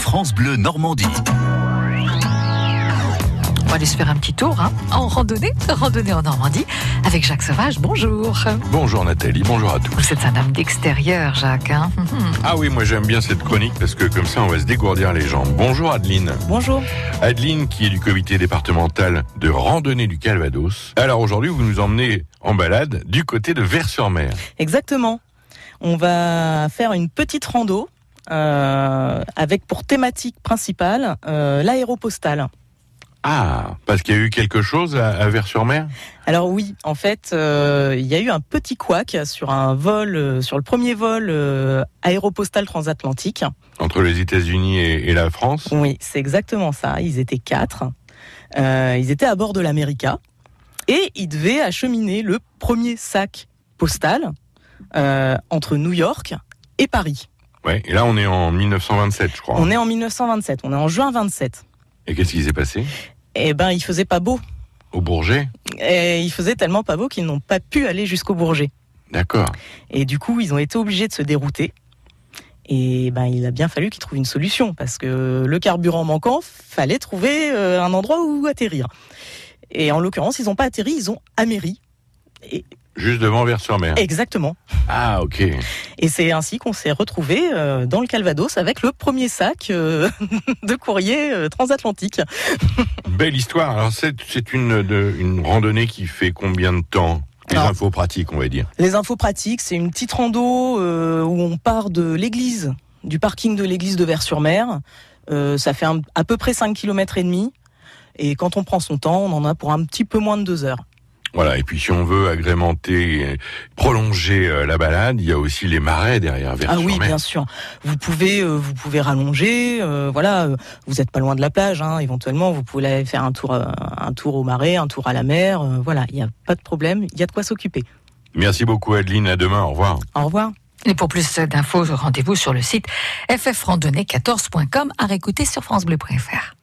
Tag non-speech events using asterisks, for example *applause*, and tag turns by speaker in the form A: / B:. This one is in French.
A: France Bleu Normandie.
B: On va aller se faire un petit tour hein, en randonnée, randonnée en Normandie, avec Jacques Sauvage. Bonjour.
C: Bonjour Nathalie, bonjour à tous.
B: Vous êtes un homme d'extérieur, Jacques. hein.
C: Ah oui, moi j'aime bien cette chronique parce que comme ça on va se dégourdir les jambes. Bonjour Adeline.
D: Bonjour.
C: Adeline qui est du comité départemental de randonnée du Calvados. Alors aujourd'hui vous nous emmenez en balade du côté de Vers-sur-Mer.
D: Exactement. On va faire une petite rando euh, avec pour thématique principale euh, l'aéropostale.
C: Ah, parce qu'il y a eu quelque chose à, à Vers-sur-Mer
D: Alors oui, en fait, euh, il y a eu un petit couac sur un vol, euh, sur le premier vol euh, aéropostale transatlantique.
C: Entre les États-Unis et, et la France
D: Oui, c'est exactement ça. Ils étaient quatre. Euh, ils étaient à bord de l'America et ils devaient acheminer le premier sac postal euh, entre New York et Paris.
C: Ouais, et là on est en 1927 je crois.
D: On est en 1927, on est en juin 27.
C: Et qu'est-ce qui s'est passé
D: Eh ben, il faisait pas beau.
C: Au Bourget
D: Et il faisait tellement pas beau qu'ils n'ont pas pu aller jusqu'au Bourget.
C: D'accord.
D: Et du coup, ils ont été obligés de se dérouter. Et ben, il a bien fallu qu'ils trouvent une solution parce que le carburant manquant, fallait trouver euh, un endroit où atterrir. Et en l'occurrence, ils n'ont pas atterri, ils ont améri.
C: Juste devant Vers-sur-Mer.
D: Exactement.
C: Ah ok.
D: Et c'est ainsi qu'on s'est retrouvé euh, dans le Calvados avec le premier sac euh, *laughs* de courrier euh, transatlantique.
C: Belle histoire. Alors c'est c'est une, de- une randonnée qui fait combien de temps Les
D: Alors-
C: infos pratiques on va dire.
D: Les infos pratiques, c'est une petite rando euh, où on part de l'église, du parking de l'église de Vers-sur-Mer. Euh, ça fait un- à peu près 5 km et demi. Et quand on prend son temps, on en a pour un petit peu moins de deux heures.
C: Voilà, et puis si on veut agrémenter, euh, prolonger euh, la balade, il y a aussi les marais derrière vers
D: ah oui, bien sûr. Vous pouvez, euh, vous pouvez rallonger. euh, voilà, euh, vous êtes pas loin de la plage. hein, éventuellement, vous pouvez aller faire un tour, euh, un tour au marais, un tour à la mer. euh, voilà, il n'y a pas de problème. Il y a de quoi s'occuper.
C: Merci beaucoup Adeline, à demain, au revoir.
D: Au revoir.
B: Et pour plus d'infos, rendez-vous sur le site ffrandonnée14.com à réécouter sur francebleu.fr.